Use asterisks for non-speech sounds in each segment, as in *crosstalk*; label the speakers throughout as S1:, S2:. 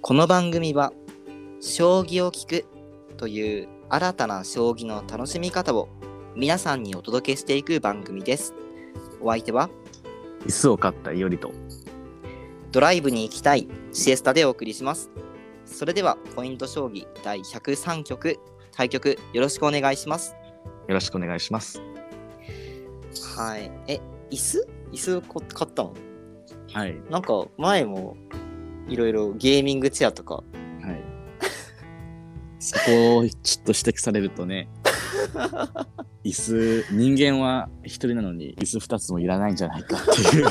S1: この番組は「将棋を聞く」という新たな将棋の楽しみ方を皆さんにお届けしていく番組ですお相手は
S2: 椅子を買ったよりと
S1: ドライブに行きたいシエスタでお送りしますそれではポイント将棋第103局対局よろしくお願いします
S2: よろしくお願いします
S1: はいえ椅子椅子こ買ったの
S2: はい *laughs*
S1: なんか前もいろいろゲーミングチェアとか
S2: はいそこをちょっと指摘されると *laughs* ね椅子人間は一人なのに椅子二つもいらないんじゃないかって *laughs* いう指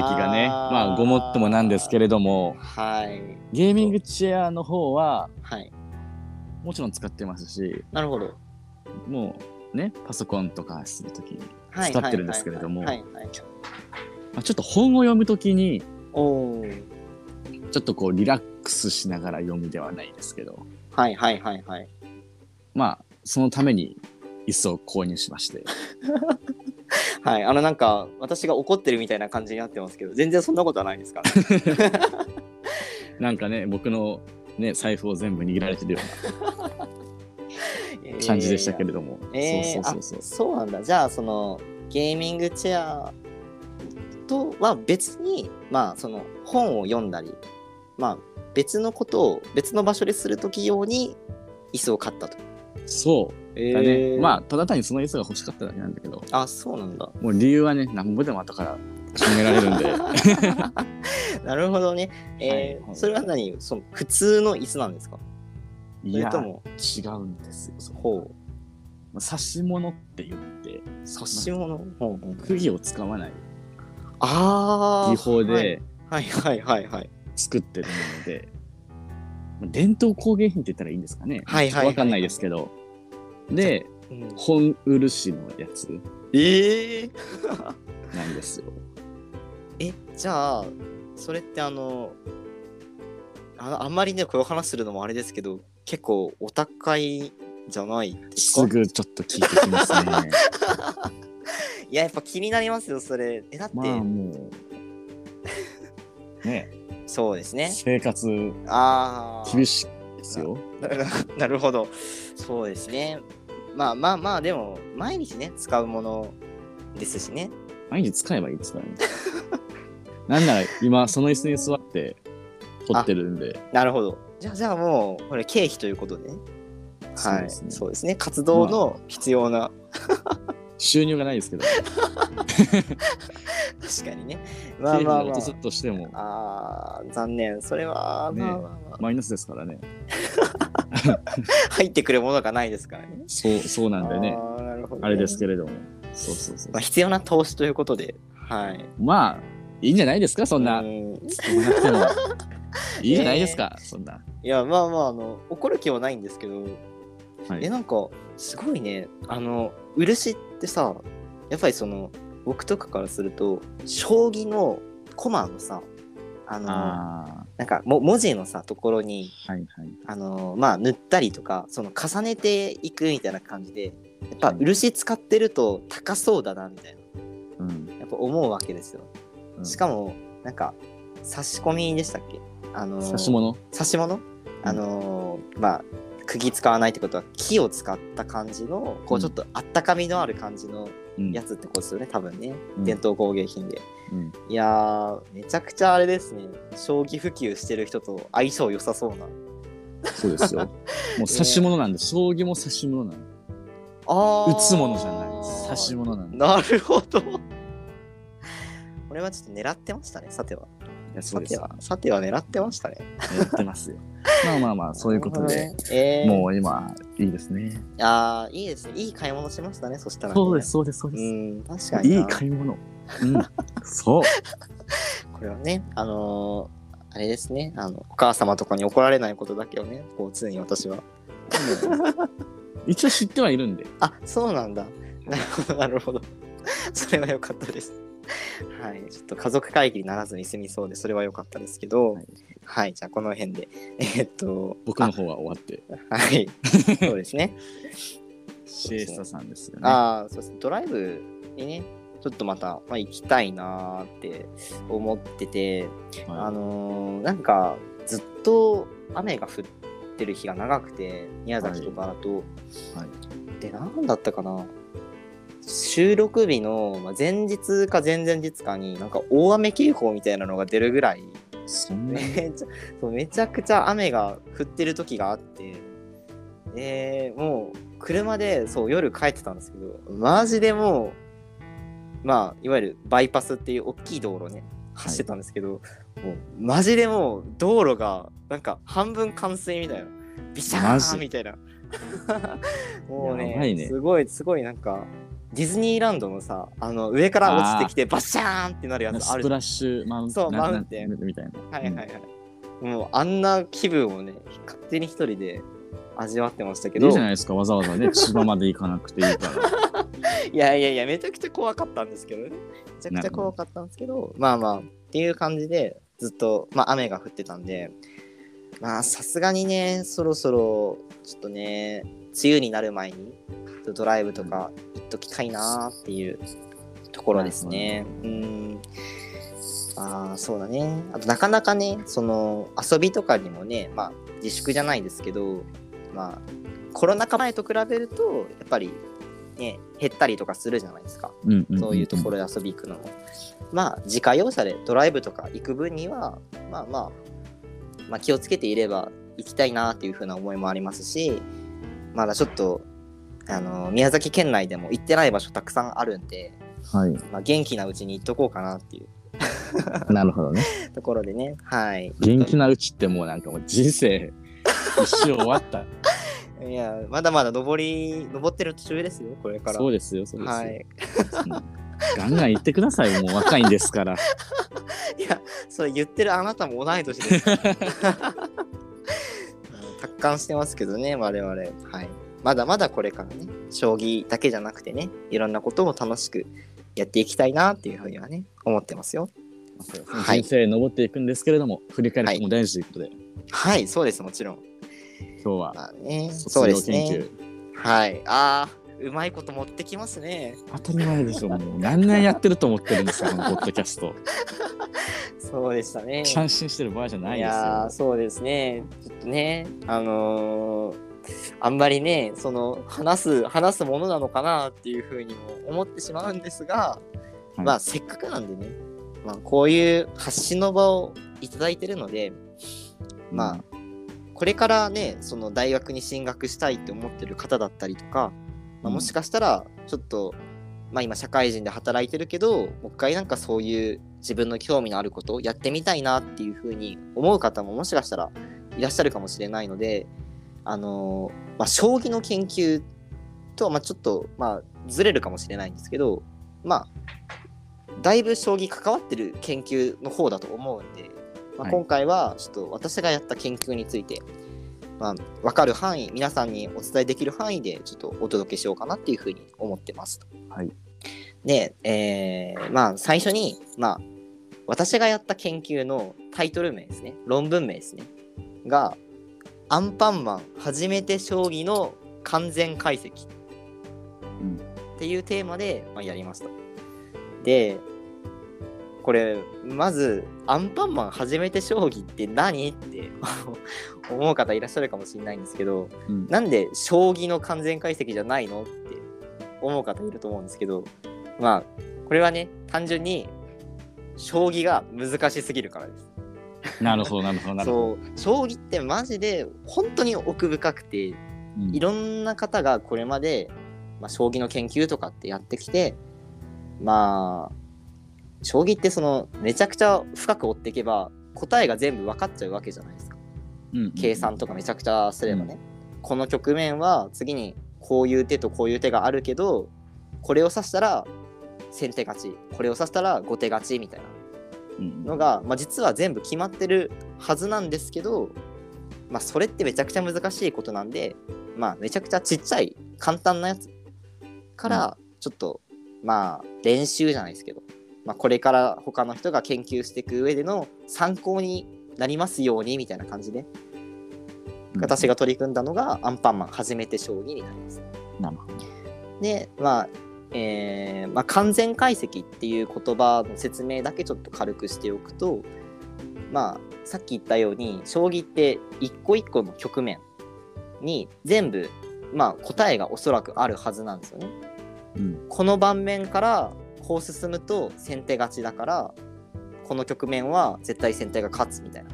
S2: 摘がね
S1: あー
S2: まあごもっともなんですけれども
S1: はい
S2: ゲーミングチェアの方は
S1: はい
S2: もちろん使ってますし
S1: なるほど
S2: もうねパソコンとかするときに、ま
S1: はい
S2: 使ってるんですけれども
S1: はいはいはい、
S2: あ、ちょっと本を読むときに
S1: おー
S2: ちょっとこうリラックスしながら読むではないですけど
S1: はいはいはいはい
S2: まあそのために椅子を購入しま
S1: *laughs*
S2: して
S1: はいあのなんか私が怒ってるみたいな感じになってますけど全然そんなことはないですからね
S2: なんかね僕のね財布を全部握られてるよ
S1: いやいうやい
S2: な
S1: や
S2: *laughs* 感じでしたけれども、
S1: *laughs* えー
S2: そうそうそう
S1: あ
S2: そ
S1: そうなんだじゃあそのゲーミングチェアとは別にまあその本を読んだりまあ別のことを別の場所でする時用に椅子を買ったと
S2: うそうだね、まあただ単にその椅子が欲しかっただけなんだけど
S1: ああそうなんだ
S2: もう理由はねなんぼでも後から考えられる
S1: *laughs*
S2: んで
S1: なるほどねえー
S2: はいはい
S1: それは何その普通の椅子なんですか
S2: い
S1: それ
S2: や
S1: とも
S2: 違うんですよそ
S1: ほう
S2: う差し物って言って
S1: 差し物ほうほう
S2: 釘を使わない
S1: ああ
S2: 技法で
S1: はいはいはいはい
S2: 作ってるもので、まあ伝統工芸品って言ったらいいんですかね、
S1: はいはいはい
S2: わかんないですけどで
S1: うん
S2: 本漆のやつ
S1: ええ
S2: なんですよ
S1: えじゃあそれってあのああんまりねこういう話するのもあれですけど結構お高いじゃないです
S2: す
S1: か
S2: ぐちょっと聞いてきますね
S1: *laughs* いややっぱ気になりますよそれえだって、
S2: まあも
S1: *laughs*
S2: うね
S1: そうですね
S2: 生活
S1: ああ
S2: 厳しいですよ
S1: なななるほどそうですねまあまあまあでも毎日ね使うものですしね
S2: 毎日使えばいいですからねなんなら今その椅子に座って撮ってるんで
S1: なるほどじゃあじゃあもうこれ経費ということでね
S2: そう
S1: はい
S2: ですね
S1: そうですね活動の必要な
S2: 収入がないですけど *laughs*
S1: 確かにね。ま
S2: 経
S1: あ
S2: 費
S1: まあ
S2: が
S1: ま
S2: 落
S1: あ
S2: と。すとしても
S1: あー残念。それは、
S2: ね
S1: まあまあまあ
S2: マイナスですからね
S1: 入ってくるものがないですからね。
S2: そうそうなんでね
S1: あーなるほどね
S2: あれですけれどもそうそうそう
S1: まあ、必要な投資ということで、はい。
S2: まあいいんじゃないですかそんな
S1: うーんい
S2: そんなく
S1: *laughs*
S2: てもいいじゃないですか、そんな
S1: や、まあまああの、怒る気はないんですけど、
S2: はい
S1: え、なんか、すごいね、あの、漆ってさ、やっぱりその、僕とかからすると、将棋のコマのさ、あの、
S2: あ
S1: なんかも、文字のさ、ところに、
S2: ーはいはい
S1: あのまあ塗ったりとかその重ねていくみたいな感じでやっぱ漆使ってると高そうだなみたい
S2: うん
S1: なやっぱ思うわけですよ、
S2: うん
S1: しかもなんか差し込みでしたっけあの
S2: 差し物
S1: 差し物あのまあ釘使わないってことは木を使った感じのこう
S2: う
S1: んちょっとあったかみのある感じの
S2: うん
S1: やつってことですよね多分ね、
S2: うん
S1: 伝統工芸品で
S2: うん
S1: いやーめちゃくちゃあれですね将棋普及してる人と相性良さそうな
S2: そうです
S1: *laughs*
S2: よもう差し物なんで将棋も差し物なの
S1: あ
S2: 打つものじゃない差し
S1: 物
S2: 物なのい
S1: なるほど。 *laughs* これはちょっと狙ってましたね、さては。
S2: やそ
S1: さ
S2: うで
S1: て
S2: す
S1: は、さては狙ってましたね。
S2: やってますよまあまあまあそういうこと
S1: なる
S2: で
S1: ほどねえー、
S2: もう今いいですね
S1: ああ、いいですね。いい買い物しましたね、そしたらね、
S2: そうですそうですそうで
S1: うん、確か
S2: す
S1: にない
S2: い買い物うんそう
S1: これはね、あのーあれですねあの、お母様とかに怒られないことだけをね、こう常に私は。
S2: 一応知ってはいるんで
S1: あそうなんだ。なるほど、なるほど。 *laughs* それは良かったです。はい、ちょっと家族会議にならずに済みそうで、それは良かったですけど、は
S2: はいい、
S1: じゃあこの辺で、えーっと、
S2: 僕の方は終わって
S1: あ
S2: *laughs*
S1: はい、そうですね。
S2: シエスタさんですよね
S1: ああ、そうですね。ドライブにね、ちょっとまた、まあ、行きたいなーって思ってて、あ
S2: はい
S1: のーなんかずっと雨が降ってる日が長くて宮崎とかだと、
S2: はいは
S1: で何だったかな収録日のまあ前日か前々日かになんか大雨警報みたいなのが出るぐらい
S2: そんなに
S1: *laughs* めちゃそうめちゃくちゃ雨が降ってる時があってでもう車でそう夜帰ってたんですけどマジでもうまあいわゆるバイパスっていう大きい道路ね走ってたんですけど、もうマジでもう道路がなんか半分冠水みたいなビシャ
S2: マ
S1: ー
S2: ジ
S1: ンみたいな *laughs* もう
S2: やば
S1: ね
S2: いね
S1: すごいすごいなんかディズニーランドのさあの上から落ちてきてバシャーンってなるやつあ
S2: ス
S1: る
S2: プ
S1: じゃん
S2: ラッシュマウン
S1: そう
S2: な
S1: マウンテン
S2: なみたいな。
S1: はいはいはい。もうあんな気分をね、勝手に一人で味わってましたけ
S2: うんい
S1: ど、
S2: いじゃないですか、わざわ
S1: *laughs*
S2: ざね、千葉まで行かなくていいから。
S1: いやいやいや、めちゃくちゃ怖かったんですけどね。めちゃくちゃ怖かったんですけど、まあまあ、っていう感じで、ずっと、まあ雨が降ってたんで、まあさすがにね、そろそろ、ちょっとね、梅雨になる前に、ちょっとドライブとか行っときたいなーっていうところですね。うん。ああ、そうだね。あと、なかなかね、その、遊びとかにもね、まあ、自粛じゃないですけど、まあ、コロナ禍前と比べると、やっぱり、ね、減ったりとかするじゃないですか。
S2: うんんんん
S1: そういうところで遊び行くのも。まあ、自家用車でドライブとか行く分には、まあまあ、まあ、気をつけていれば行きたいなっていうふうな思いもありますし、まだちょっと、あの、宮崎県内でも行ってない場所たくさんあるんで、
S2: はい。
S1: まあ、元気なうちに行っとこうかなっていう
S2: なるほ
S1: *laughs*
S2: どね。
S1: ところでね、はい。
S2: 元気なうちってもうなんかもう人生一生終わった。
S1: いや、まだまだ登り、登ってる途中ですよ、これから。
S2: そうですよ、そうですよ。
S1: はい。
S2: うんガンガン行ってください、もう若いんですから。
S1: いや、それ言ってるあなたも同い年ですから。 *laughs* 達観してますけどね、我々。はい。まだまだこれからね、将棋だけじゃなくてね、いろんなことも楽しくやっていきたいなっていうふうにはね、思ってますよ。 *laughs* はい
S2: 人生登っていくんですけれども、振り返ることも大事ということで、
S1: はい、そうです、もちろん。
S2: 今日は
S1: まあね、そ
S2: 卒
S1: うで
S2: 業
S1: す
S2: 研究、
S1: ね。はい。あー、うまいこと持ってきますね。
S2: 当たり前でしょ、もうガンガンやってると思ってるんですよ、こ
S1: *laughs*
S2: のポッドキャスト。
S1: そうでしたね。
S2: 感心してる場合じゃないで
S1: やー
S2: す
S1: そうですねちょっとねあのーあんまりねその話す話すものなのかなっていうふうにも思ってしまうんですが、
S2: はい
S1: まあせっかくなんでね、まあ、こういう発信の場をいただいてるので
S2: よ。
S1: まあこれからねその大学に進学したいって思ってる方だったりとか、まあ、
S2: うん
S1: もしかしたらちょっと、まあ、今社会人で働いてるけどもう一回なんかそういう自分の興味のあることをやってみたいなっていうふうに思う方ももしかしたらいらっしゃるかもしれないのであのーまあ、将棋の研究とはまあちょっとまあずれるかもしれないんですけどまあだいぶ将棋関わってる研究の方だと思うんで、ま
S2: は
S1: あ、
S2: い
S1: 今回はちょっと私がやった研究について、まあ、分かる範囲皆さんにお伝えできる範囲でちょっとお届けしようかなっていうふうに思ってます。
S2: はい、
S1: で、えーまあ最初に、まあ、私がやった研究のタイトル名ですね論文名ですねが「アンパンマン初めて将棋の完全解析」
S2: ん
S1: っていうテーマで、まあ、やりました。でこれまず「アンパンマン初めて将棋って何?」って *laughs* 思う方いらっしゃるかもしれないんですけど
S2: うん
S1: なんで将棋の完全解析じゃないのって思う方いると思うんですけどまあこれはね単純に将棋が難しすぎるからです。
S2: なるほど、なるほど、なるほど。
S1: そう将棋ってマジで本当に奥深くて
S2: うん
S1: いろんな方がこれまで、まあ、将棋の研究とかってやってきてまあ将棋ってそのめちゃくちゃ深く追っていけば答えが全部分かっちゃうわけじゃないですか
S2: うん
S1: 計算とかめちゃくちゃすればね、この局面は次にこういう手とこういう手があるけどこれを指したら先手勝ちこれを指したら後手勝ちみたいな
S2: うん
S1: のが、まあ、実は全部決まってるはずなんですけど、まあ、それってめちゃくちゃ難しいことなんで、まあ、めちゃくちゃちっちゃい簡単なやつからちょっと、まあ練習じゃないですけど、まあ、これから他の人が研究していく上での参考になりますようにみたいな感じで私が取り組んだのがアンパンマン初めて将棋になります。
S2: なるほど。
S1: でまあえーまあ、完全解析っていう言葉の説明だけちょっと軽くしておくと、まあ、さっき言ったように将棋って一個一個の局面に全部、まあ、答えがおそらくあるはずなんですよね。
S2: うん
S1: この盤面からこう進むと先手勝ちだからこの局面は絶対先手が勝つみたいな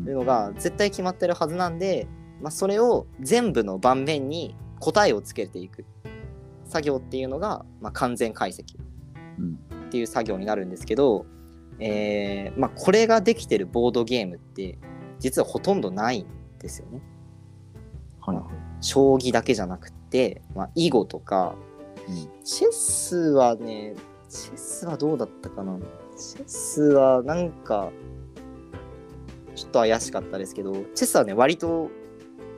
S2: うん
S1: いうのが絶対決まってるはずなんで、まあ、それを全部の盤面に答えをつけていく作業っていうのが、まあ、完全解析
S2: うん
S1: っていう作業になるんですけど、えーまあ、これができてるボードゲームって実はほとんどないんですよね。
S2: はいは
S1: 将棋だけじゃなくて、まあ、囲碁とか
S2: い
S1: チェスはね、チェスはどうだったかなチェスはなんか、ちょっと怪しかったですけど、チェスはね、割と、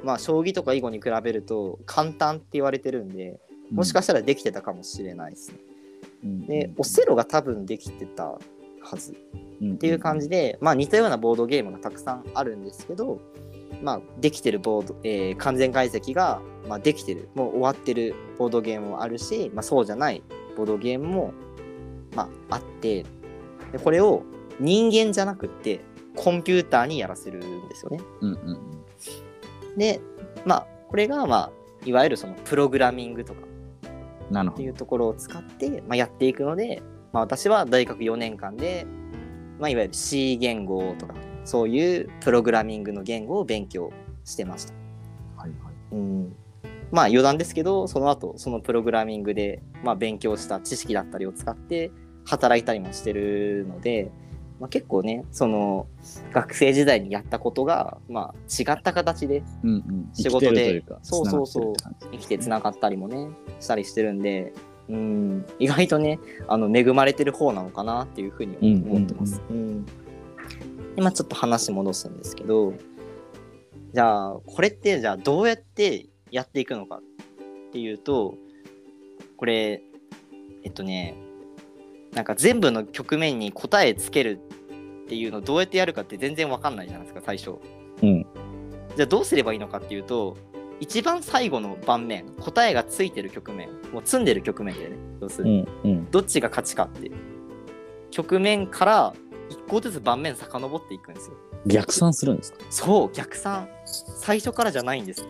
S1: まあ、将棋とか囲碁に比べると簡単って言われてるんで、
S2: うん
S1: もしかしたらできてたかもしれないですね。
S2: うん
S1: で、オセロが多分できてたはずっ
S2: って
S1: いう感じで、まあ、似たようなボードゲームがたくさんあるんですけど、まあ、できてるボード、えー完全解析が、まあ、できてるもう終わってるボードゲームもあるし、まあ、そうじゃないボードゲームも、まあ、あってでこれを人間じゃなくってコンピューターにやらせるんですよね。
S2: うんうんうん
S1: でまあこれが、まあ、いわゆるそのプログラミングとか
S2: なる
S1: っ
S2: ほ
S1: て
S2: ど
S1: いうところを使って、まあ、やっていくので、まあ、私は大学4年間で、まあ、いわゆる C 言語とかそういうプログラミングの言語を勉強してました。
S2: はいはい
S1: うん、まあ余談ですけどその後そのプログラミングで、まあ、勉強した知識だったりを使って働いたりもしてるので、まあ、結構ねその学生時代にやったことが、まあ、違った形で
S2: うんうん
S1: 仕事で
S2: 生きてるというか
S1: そうそうそう
S2: 繋がってるって感じ
S1: 生きてつながったりもねしたりしてるんでうん意外とねあの恵まれてる方なのかなっていうふうに思ってます。うんでまあちょっと話戻すんですけどじゃあこれってじゃあどうやってやっていくのかっていうとこれえっとねなんか全部の局面に答えつけるっていうのをどうやってやるかって全然わかんないじゃないですか最初。
S2: うん
S1: じゃあどうすればいいのかっていうと一番最後の盤面答えがついてる局面もう積んでる局面でねどうす
S2: う
S1: る、
S2: んうん
S1: どっちが勝ちかっていう局面から一個ずつ盤面遡っていくんですよ
S2: 逆算するんですか
S1: そう逆算最初からじゃないんです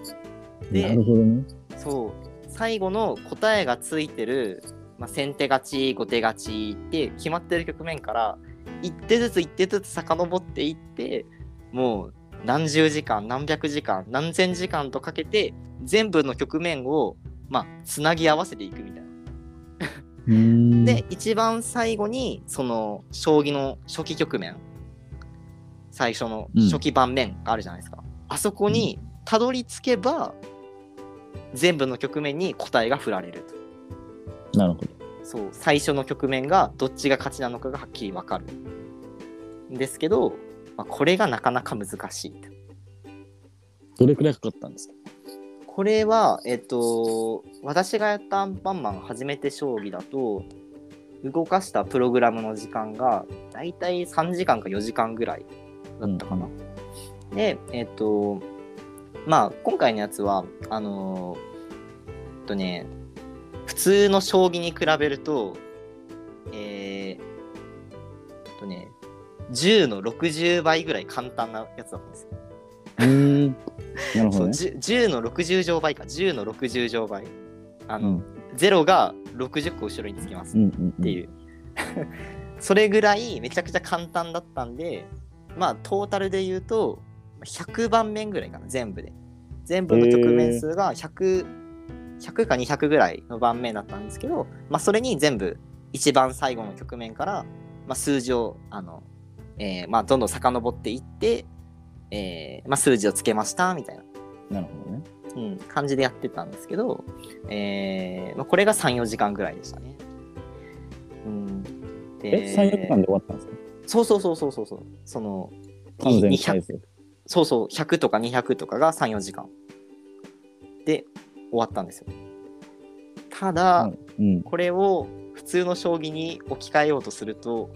S1: で
S2: なるほどね
S1: そう最後の答えがついてる、まあ、先手勝ち後手勝ちって決まってる局面から一手ずつ一手ずつ遡っていってもう何十時間何百時間何千時間とかけて全部の局面をまあつなぎ合わせていくみたいな。
S2: うーん
S1: で一番最後にその将棋の初期局面最初の
S2: うん
S1: 初期盤面があるじゃないですか、あそこにたどり着けば全部の局面に答えが振られると
S2: なるほど
S1: そう最初の局面がどっちが勝ちなのかがはっきり分かるんですけど、まあ、これがなかなか難しいと
S2: どれくらいかかったんですか
S1: これはえっと私がやったアンパンマン初めて将棋だと動かしたプログラムの時間がだいたい3時間か4時間ぐらいだったかな。でえっとまあ今回のやつはあのえっとね普通の将棋に比べるとえー、えっとね10の60倍ぐらい簡単なやつだったんですよ
S2: うーんなるほ
S1: そ
S2: ど
S1: う
S2: ね
S1: 10, 10の60乗倍か10の60乗倍あ
S2: う
S1: の、
S2: ん
S1: 0が60個後ろにつきます
S2: う
S1: っ
S2: んうん
S1: ていう、 *laughs* それぐらいめちゃくちゃ簡単だったんでまあトータルで言うと100番面ぐらいかな全部で全部の局面数が100、100か200ぐらいの盤面だったんですけど、まあ、それに全部一番最後の局面から、まあ、数字をあの、えーまあ、どんどん遡っていって、えーまあ、数字をつけましたみたいな
S2: なるほどね
S1: うん、感じでやってたんですけど、えーまあ、これが34時間ぐらいでしたね。うん、で
S2: え三役間で終わったんですか
S1: そうそうそうそうそうそうその
S2: 完全
S1: に
S2: に
S1: 200
S2: 解析
S1: そうそう100とか200とかが34時間で終わったんですよ。ただ、
S2: はいうん
S1: これを普通の将棋に置き換えようとすると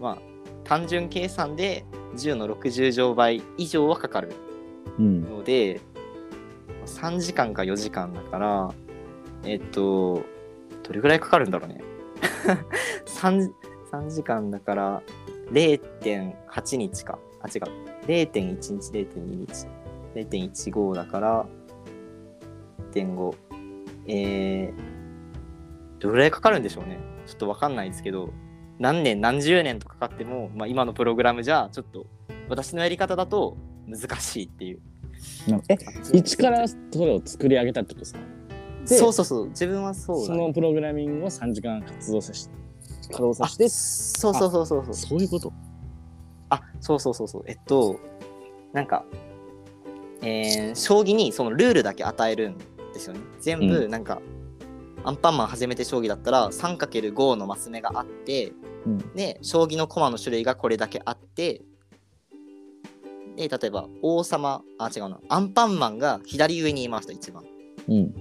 S1: まあ単純計算で10の60乗倍以上はかかる
S2: うん
S1: ので3時間か4時間だからえっとどれぐらいかかるんだろうね *laughs* 3, 3時間だから0.8日かあ違う0.1日0.2日0.15だから1.5えー、どれぐらいかかるんでしょうねちょっとわかんないですけど何年何十年とかかっても、まあ、今のプログラムじゃちょっと私のやり方だと難しいっていう
S2: なんかえ一からそれを作り上げたってことですかで
S1: そうそうそう自分はそう
S2: そ
S1: だ、
S2: の
S1: ね、
S2: プログラミングを3時間活動させて稼働さ
S1: あ
S2: せて
S1: そうそうそうそうそう
S2: そういうこと
S1: あそうそうそうそうえっとなんか、えー将棋にそのルールだけ与えるんですよね全
S2: う
S1: 部なんか、アンパンマン初めて将棋だったら 3×5 のマス目があって、
S2: うん
S1: で将棋の駒の種類がこれだけあってで例えば王様あ違うなアンパンマンが左上にいました一番
S2: うん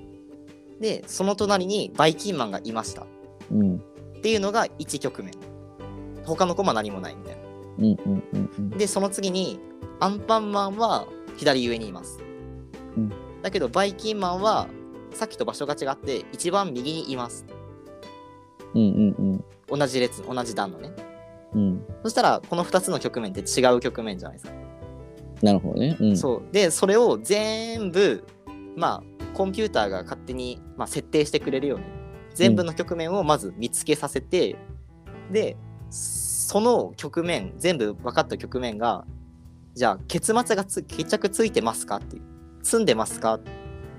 S1: でその隣にバイキンマンがいましたっ
S2: うん
S1: ていうのが1局面他の駒何もないみたいな
S2: うんうんうんうん
S1: でその次にアンパンマンは左上にいます、
S2: うん
S1: だけどバイキンマンはさっきと場所が違って一番右にいます
S2: うんうん
S1: 同じ列同じ段のね
S2: うんうん
S1: そしたらこの2つの局面って違う局面じゃないですか、
S2: なるほどねうん
S1: そうでそれを全部まあコンピューターが勝手に、まあ、設定してくれるように全部の局面をまず見つけさせて、でその局面全部分かった局面がじゃあ結末がつ決着ついてますかっていう詰んでますかっ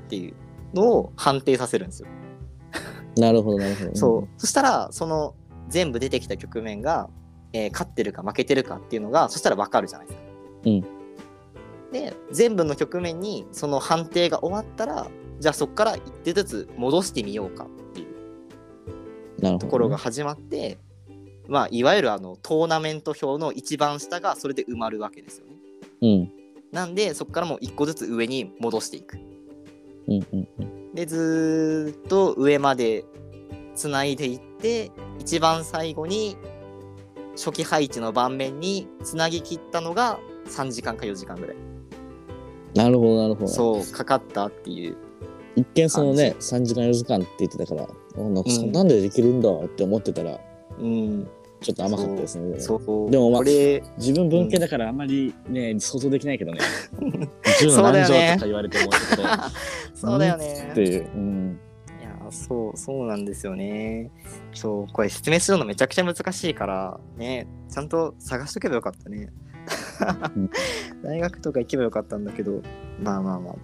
S1: ていうのを判定させるんですよ。
S2: なるほどなるほど
S1: そうそしたらその全部出てきた局面が、えー勝ってるか負けてるかっていうのがそしたら分かるじゃないですか。
S2: うん
S1: で全部の局面にその判定が終わったらじゃあそこから一手ずつ戻してみようかっていう
S2: なるほどね
S1: ところが始まって、まあいわゆるあのトーナメント表の一番下がそれで埋まるわけですよね。
S2: うん
S1: なんでそこからもう一個ずつ上に戻していく。
S2: うんうん
S1: でずーっと上までつないでいって一番最後に初期配置の盤面につなぎ切ったのが3時間か4時間ぐらい
S2: なるほどなるほど
S1: そうかかったっていう
S2: 一見そのね3時間4時間って言ってたからあなんかそんなんでできるんだって思ってたら
S1: うん
S2: ちょっと甘かったですね
S1: そう
S2: でもまあ
S1: これ
S2: 自分文系だからあんまりね、想像できないけどね
S1: そう
S2: 10の
S1: だ
S2: 何
S1: よね
S2: 乗とか言われてもちょっと
S1: *laughs* そうだよ
S2: ん
S1: ね
S2: っていう、うん、
S1: いやそうそうなんですよねそうこれ説明するのめちゃくちゃ難しいからねちゃんと探しとけばよかったね
S2: うん
S1: *laughs* 大学とか行けばよかったんだけどまあまあまあっ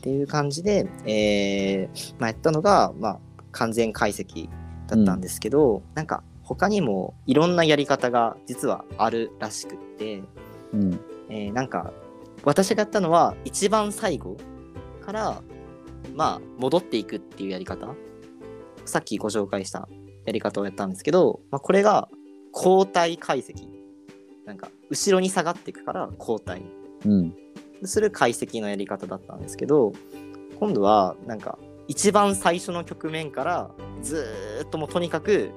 S1: ていう感じで、えーまあ、やったのが、まあ、完全解析だったんですけど、なんか他にもいろんなやり方が実はあるらしくって、
S2: うん、
S1: えーなんか私がやったのは一番最後からまあ戻っていくっていうやり方さっきご紹介したやり方をやったんですけど、まあ、これが交代解析なんか後ろに下がっていくから交代
S2: うん、
S1: する解析のやり方だったんですけど今度はなんか一番最初の局面からずーっともうとにかく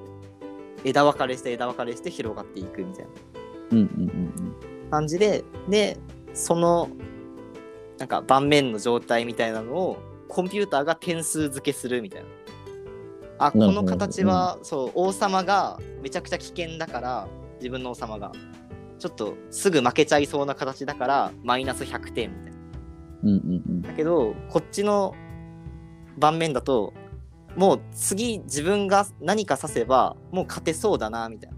S1: 枝分かれして枝分かれして広がっていくみたいな。
S2: うん、うん、
S1: 感じででそのなんか盤面の状態みたいなのをコンピューターが点数付けするみたいな。あこ
S2: なるほど
S1: の形は、そう王様がめちゃくちゃ危険だから自分の王様がちょっとすぐ負けちゃいそうな形だからマイナス100点みたいな。
S2: うん、うん、うん、
S1: だけどこっちの盤面だともう次自分が何か指せばもう勝てそうだなみたいな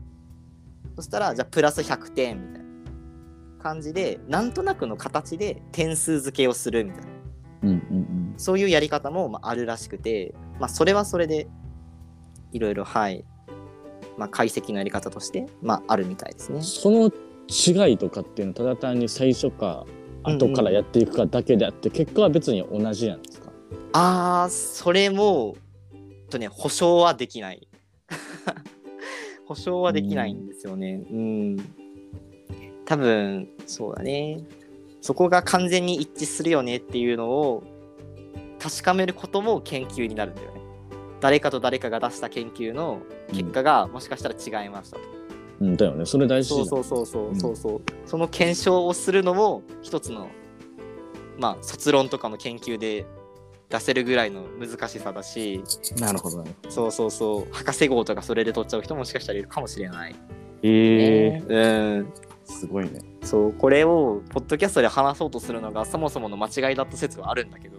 S1: そしたらじゃあプラス100点みたいな感じでなんとなくの形で点数付けをするみたいな
S2: うん、うん、
S1: そういうやり方もまああるらしくて、まあ、それはそれでいろいろはい、まあ、解析のやり方として、まあ、あるみたいですね。
S2: その違いとかっていうのはただ単に最初か後からやっていくかだけであって、結果は別に同じなんですか。
S1: あーそれもとね保証はできない *laughs* 保証はできないんですよねうん多分そうだねそこが完全に一致するよねっていうのを確かめることも研究になるんだよね誰かと誰かが出した研究の結果がもしかしたら違いましたと
S2: うん、だよね、それ大事
S1: そう
S2: な
S1: そうそうそううんそうそう、その検証をするのも一つのまあ卒論とかの研究で出せるぐらいの難しさだし
S2: なるほどね。
S1: そうそうそう博士号とかそれで取っちゃう人もしかしたらいるかもしれない
S2: ええ
S1: うん
S2: すごいね。
S1: そうこれをポッドキャストで話そうとするのがそもそもの間違いだった説はあるんだけど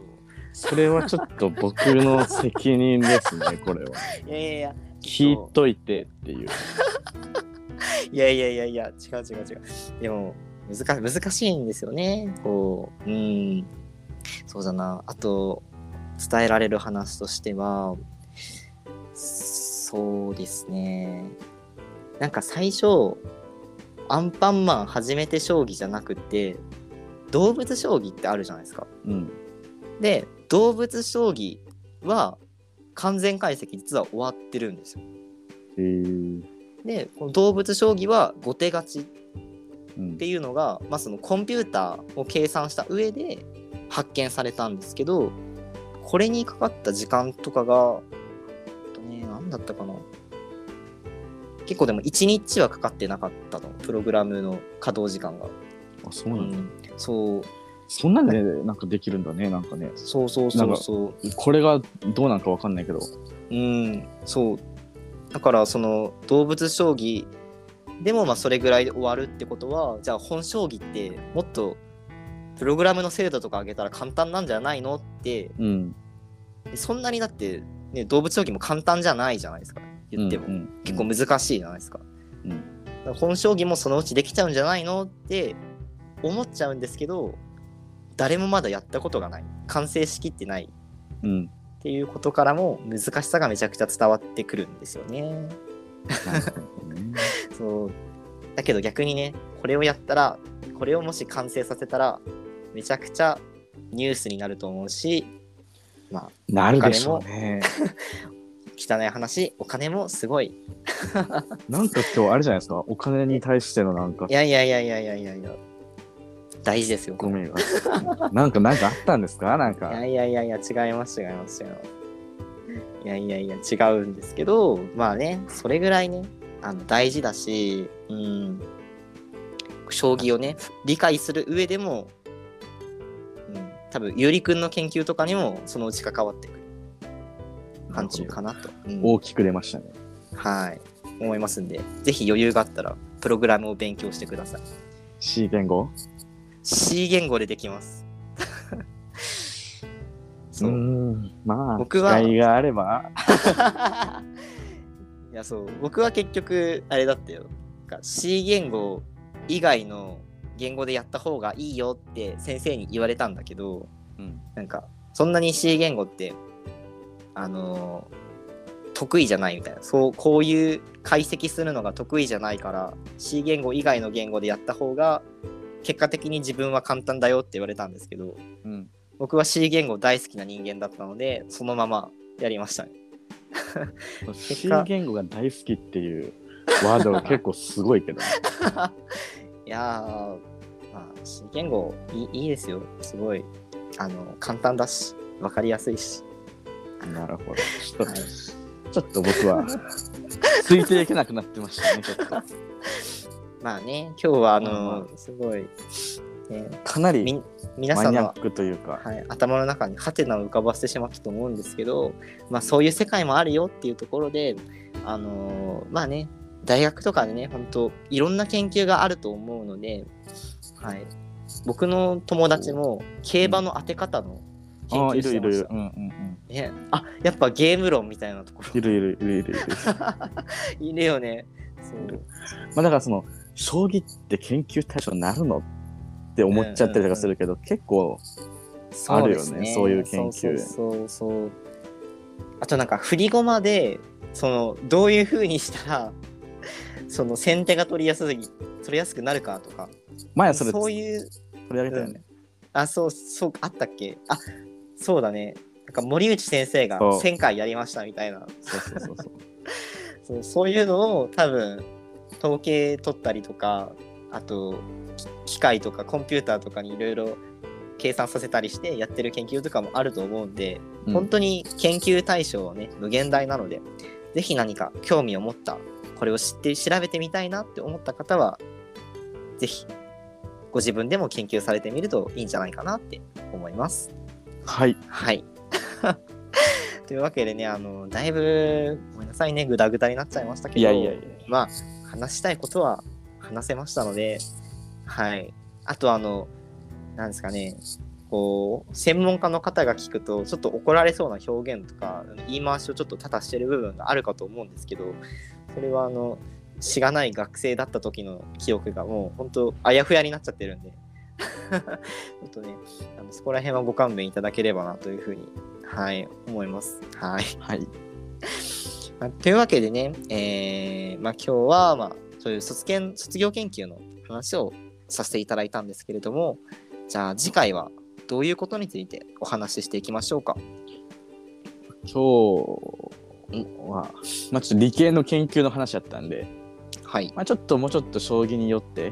S2: それはちょっと僕の責任です *laughs* ね、これは。
S1: いやいやいや
S2: 聞いといてっていう。
S1: いやいやいやいや、違う違う違う。でも、難難しいんですよね。こう、うん。そうだな。あと、伝えられる話としては、そうですね。なんか最初、アンパンマン初めて将棋じゃなくて、動物将棋ってあるじゃないですか。
S2: うん。
S1: で、動物将棋は完全解析実は終わってるんですよ
S2: えー
S1: でこの動物将棋は後手勝ちっ
S2: うん
S1: ていうのが、まあ、そのコンピューターを計算した上で発見されたんですけどこれにかかった時間とかが、えっとね、何だったかな結構でも1日はかかってなかったのプログラムの稼働時間が、
S2: あそう
S1: う
S2: なんだ。
S1: ん、そう
S2: そんなんでなんかできるんだね、なんかね。
S1: そうそうそうそう
S2: これがどうなんかわかんないけど。
S1: うん、そう。だから、その動物将棋でもまあそれぐらいで終わるってことは、じゃあ本将棋ってもっとプログラムの精度とか上げたら簡単なんじゃないのって、
S2: うん。
S1: そんなにだって、ね、動物将棋も簡単じゃないじゃないですか。言っても。
S2: うんうん
S1: 結構難しいじゃないですか。
S2: うん
S1: だから本将棋もそのうちできちゃうんじゃないのって思っちゃうんですけど、誰もまだやったことがない。完成しきってない。
S2: うん。
S1: っていうことからも難しさがめちゃくちゃ伝わってくるんですよね。
S2: *laughs* なるほどね
S1: そうだけど逆にねこれをやったらこれをもし完成させたらめちゃくちゃニュースになると思うしまあ
S2: *laughs* なるでしょうね。
S1: 汚い話お金もすごい
S2: なんか今日あれじゃないですか、お金に対してのなんか
S1: いやいやいやいやいやいやいや大事ですよ
S2: ごめんが。なんかなんかあったんですかなん
S1: いや
S2: か。
S1: いやいやいや違います違います違いますいやいやいや違うんですけどまあねそれぐらいねあの大事だしうん将棋をね理解する上でも、うん、多分ゆりくんの研究とかにもそのうち関わってくる範疇かなと、うん
S2: 大きく出ましたね。
S1: はい思いますんでぜひ余裕があったらプログラムを勉強してください
S2: C 言語
S1: C 言語でできます *laughs* そう、
S2: ん。まあ、
S1: 僕は
S2: 機会があれば。
S1: *laughs* いやそう僕は結局あれだったよなんか C 言語以外の言語でやった方がいいよって先生に言われたんだけど
S2: うん。
S1: なんかそんなに C 言語ってあのー得意じゃないみたいなそうこういう解析するのが得意じゃないから C 言語以外の言語でやった方が結果的に自分は簡単だよって言われたんですけど
S2: うん。
S1: 僕は C 言語大好きな人間だったのでそのままやりましたね。
S2: C 言語が大好きっていう *laughs* ワードが結構すごいけど。
S1: いやー、まあ、新言語いいいいですよ。すごい。あの、簡単だし、わかりやすいし。
S2: なるほど。ちょっと
S1: はい
S2: ちょっと僕
S1: *laughs*
S2: は、ついていけなくなってましたね、ちょっと。
S1: まあね、今日は、あの、
S2: う
S1: すごい、ね、
S2: かなり
S1: み、皆
S2: マ
S1: さん
S2: ニア
S1: の、
S2: ックというか、
S1: はい、頭の中にハテナを浮かばせてしまったと思うんですけど、まあ、そういう世界もあるよっていうところで、あのーまあね、大学とかでね、本当いろんな研究があると思うので、はい、僕の友達も競馬の当て方の研
S2: ああ、
S1: 究
S2: い
S1: して
S2: るい
S1: ま
S2: るい
S1: した
S2: る。う。んうんうん。
S1: ね、あやっぱゲーム論みたいなと
S2: *laughs*
S1: ころ
S2: いるいるいるいるいる。
S1: いるよね。そう
S2: まあだからその、将棋って研究対象になるのって思っちゃったりとかするけど、結構、あるよね
S1: です
S2: そういう研究
S1: そうそうそうそうあとなんか振り駒でそのどういうふうにしたら *laughs* その先手が取りやすい取りやすくなるかとか
S2: 前はそれ
S1: そう
S2: 取
S1: いう
S2: り上げたよね。
S1: あそうそうあったっけあそうだねなんか森内先生が
S2: そう
S1: 1000回やりましたみたいな
S2: そうそうそうそう。
S1: そうそういうのを多分統計取ったりとかあとき機械とかコンピューターとかにいろいろ計算させたりしてやってる研究とかもあると思うんで、
S2: うん
S1: 本当に研究対象はね無限大なので是非何か興味を持ったこれを知って調べてみたいなって思った方は是非ご自分でも研究されてみるといいんじゃないかなって思います。
S2: はい。
S1: はい。 *laughs* というわけでね、あの、だいぶ、ごめんなさいね、ぐだぐだになっちゃいましたけど、
S2: いやいやいや。
S1: まあ、話したいことは話せましたので、はい。あと、あの、なんですかね、こう、専門家の方が聞くと、ちょっと怒られそうな表現とか、言い回しをちょっと多々してる部分があるかと思うんですけど、それは、あの、しがない学生だった時の記憶がもう、本当あやふやになっちゃってるんで、 *laughs* ちょっとね、あのそこら辺はご勘弁いただければなというふうに、はい、思います。はい。
S2: はい。
S1: まあというわけでね、えーまあ、今日は、まあ、そういう卒研卒業研究の話をさせていただいたんですけれどもじゃあ次回はどういうことについてお話ししていきましょうか。
S2: 今日は、まあちょっと理系の研究の話だったんで、
S1: はい、
S2: まあちょっともうちょっと将棋によって、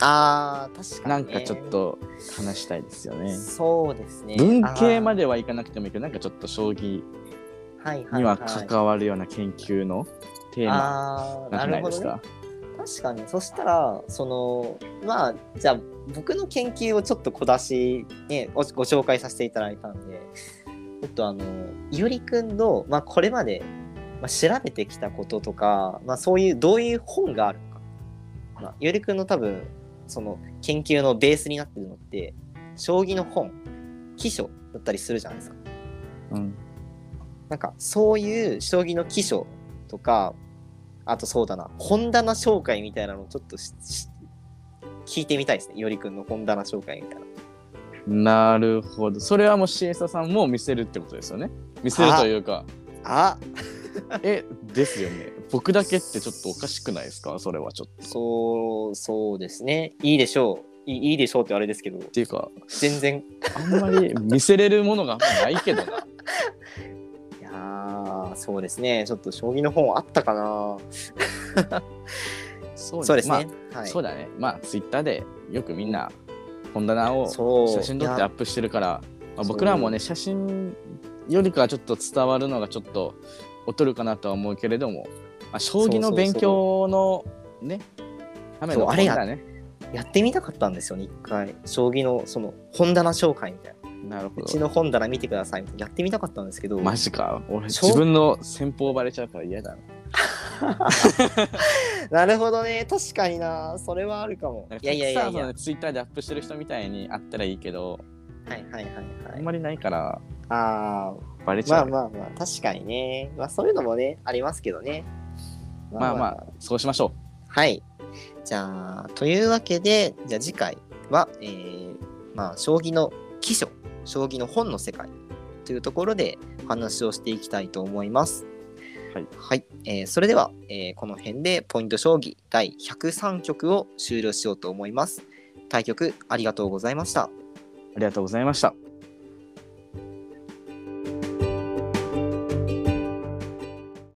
S1: あー確か
S2: なん
S1: に、ね、
S2: かちょっと話したいですよね。
S1: そうですね
S2: 文系ま
S1: で
S2: ではいかなくてもいいけど、なんかちょっと将棋
S1: はいはい
S2: には
S1: はい
S2: 関わるような研究のテーマ
S1: あー
S2: なんじ
S1: な
S2: ゃ
S1: る
S2: ない
S1: ほ
S2: で
S1: ど、
S2: す
S1: ね、
S2: か。
S1: 確かにそしたらそのまあじゃあ僕の研究をちょっと小出し、ね、ごご紹介させていただいたんでちょっとあのいおりくんの、まあ、これまで、まあ、調べてきたこととか、まあ、そういうどういう本があるのか、まあ、いおりくんの多分その研究のベースになってるのって将棋の本棋書だったりするじゃないですか。
S2: うん
S1: なんかそういう将棋の基礎とかあとそうだな本棚紹介みたいなのをちょっとしし聞いてみたいですねいおりくんの本棚紹介みたいな
S2: なるほど。それはもうシエサさんも見せるってことですよね。見せるというか、
S1: あ
S2: え、ですよね。僕だけってちょっとおかしくないですかそれはちょっと。
S1: そうそうですねいいでしょういいいいでしょうってあれですけど
S2: っていうか、
S1: 全然
S2: あんまり見せれるものがないけどな。
S1: いやーそうですねちょっと将棋の本あったかな
S2: そ
S1: そうですね、
S2: まあ
S1: はい
S2: そうだね。まあ、ツイッターでよくみんな本棚を
S1: そう
S2: 写真撮っ
S1: い
S2: てア
S1: や
S2: ップしてるから、まあ、
S1: そう
S2: 僕らもね、写真よりかはちょっと伝わるのがちょっと劣るかなとは思うけれども、まあ、将棋の勉強のね、ための
S1: そうあれや
S2: 本だね。
S1: やってみたかったんですよね一回将棋のその本棚紹介みたいな
S2: なるほ
S1: うち
S2: ど。
S1: の本棚見てくださいみたいなやってみたかったんですけど
S2: マジか。俺、
S1: そう
S2: 自分の先方バレちゃうから嫌だな。
S1: *laughs* なるほどね確かになそれはあるかも
S2: なん
S1: いや
S2: かた
S1: いやい
S2: く
S1: や
S2: さん
S1: い
S2: そ
S1: やは
S2: のツイッターでアップしてる人みたいにあったらいいけど、
S1: いはいはい
S2: あ
S1: はい
S2: んまりないから
S1: あ
S2: バレ
S1: ー
S2: ち
S1: ま
S2: ゃ
S1: あ
S2: う。
S1: まあまあ確かにねまあそういうのもねありますけどね
S2: まあまあ、そうしましょ
S1: はいじゃあというわけでじゃあ次回はえーまあ将棋の基礎将棋の本の世界というところでお話をしていきたいと思います
S2: はい、
S1: えーそれでは、えーこの辺でポイント将棋第103局を終了しようと思います対局ありがとうございました
S2: う。ありがとうございました。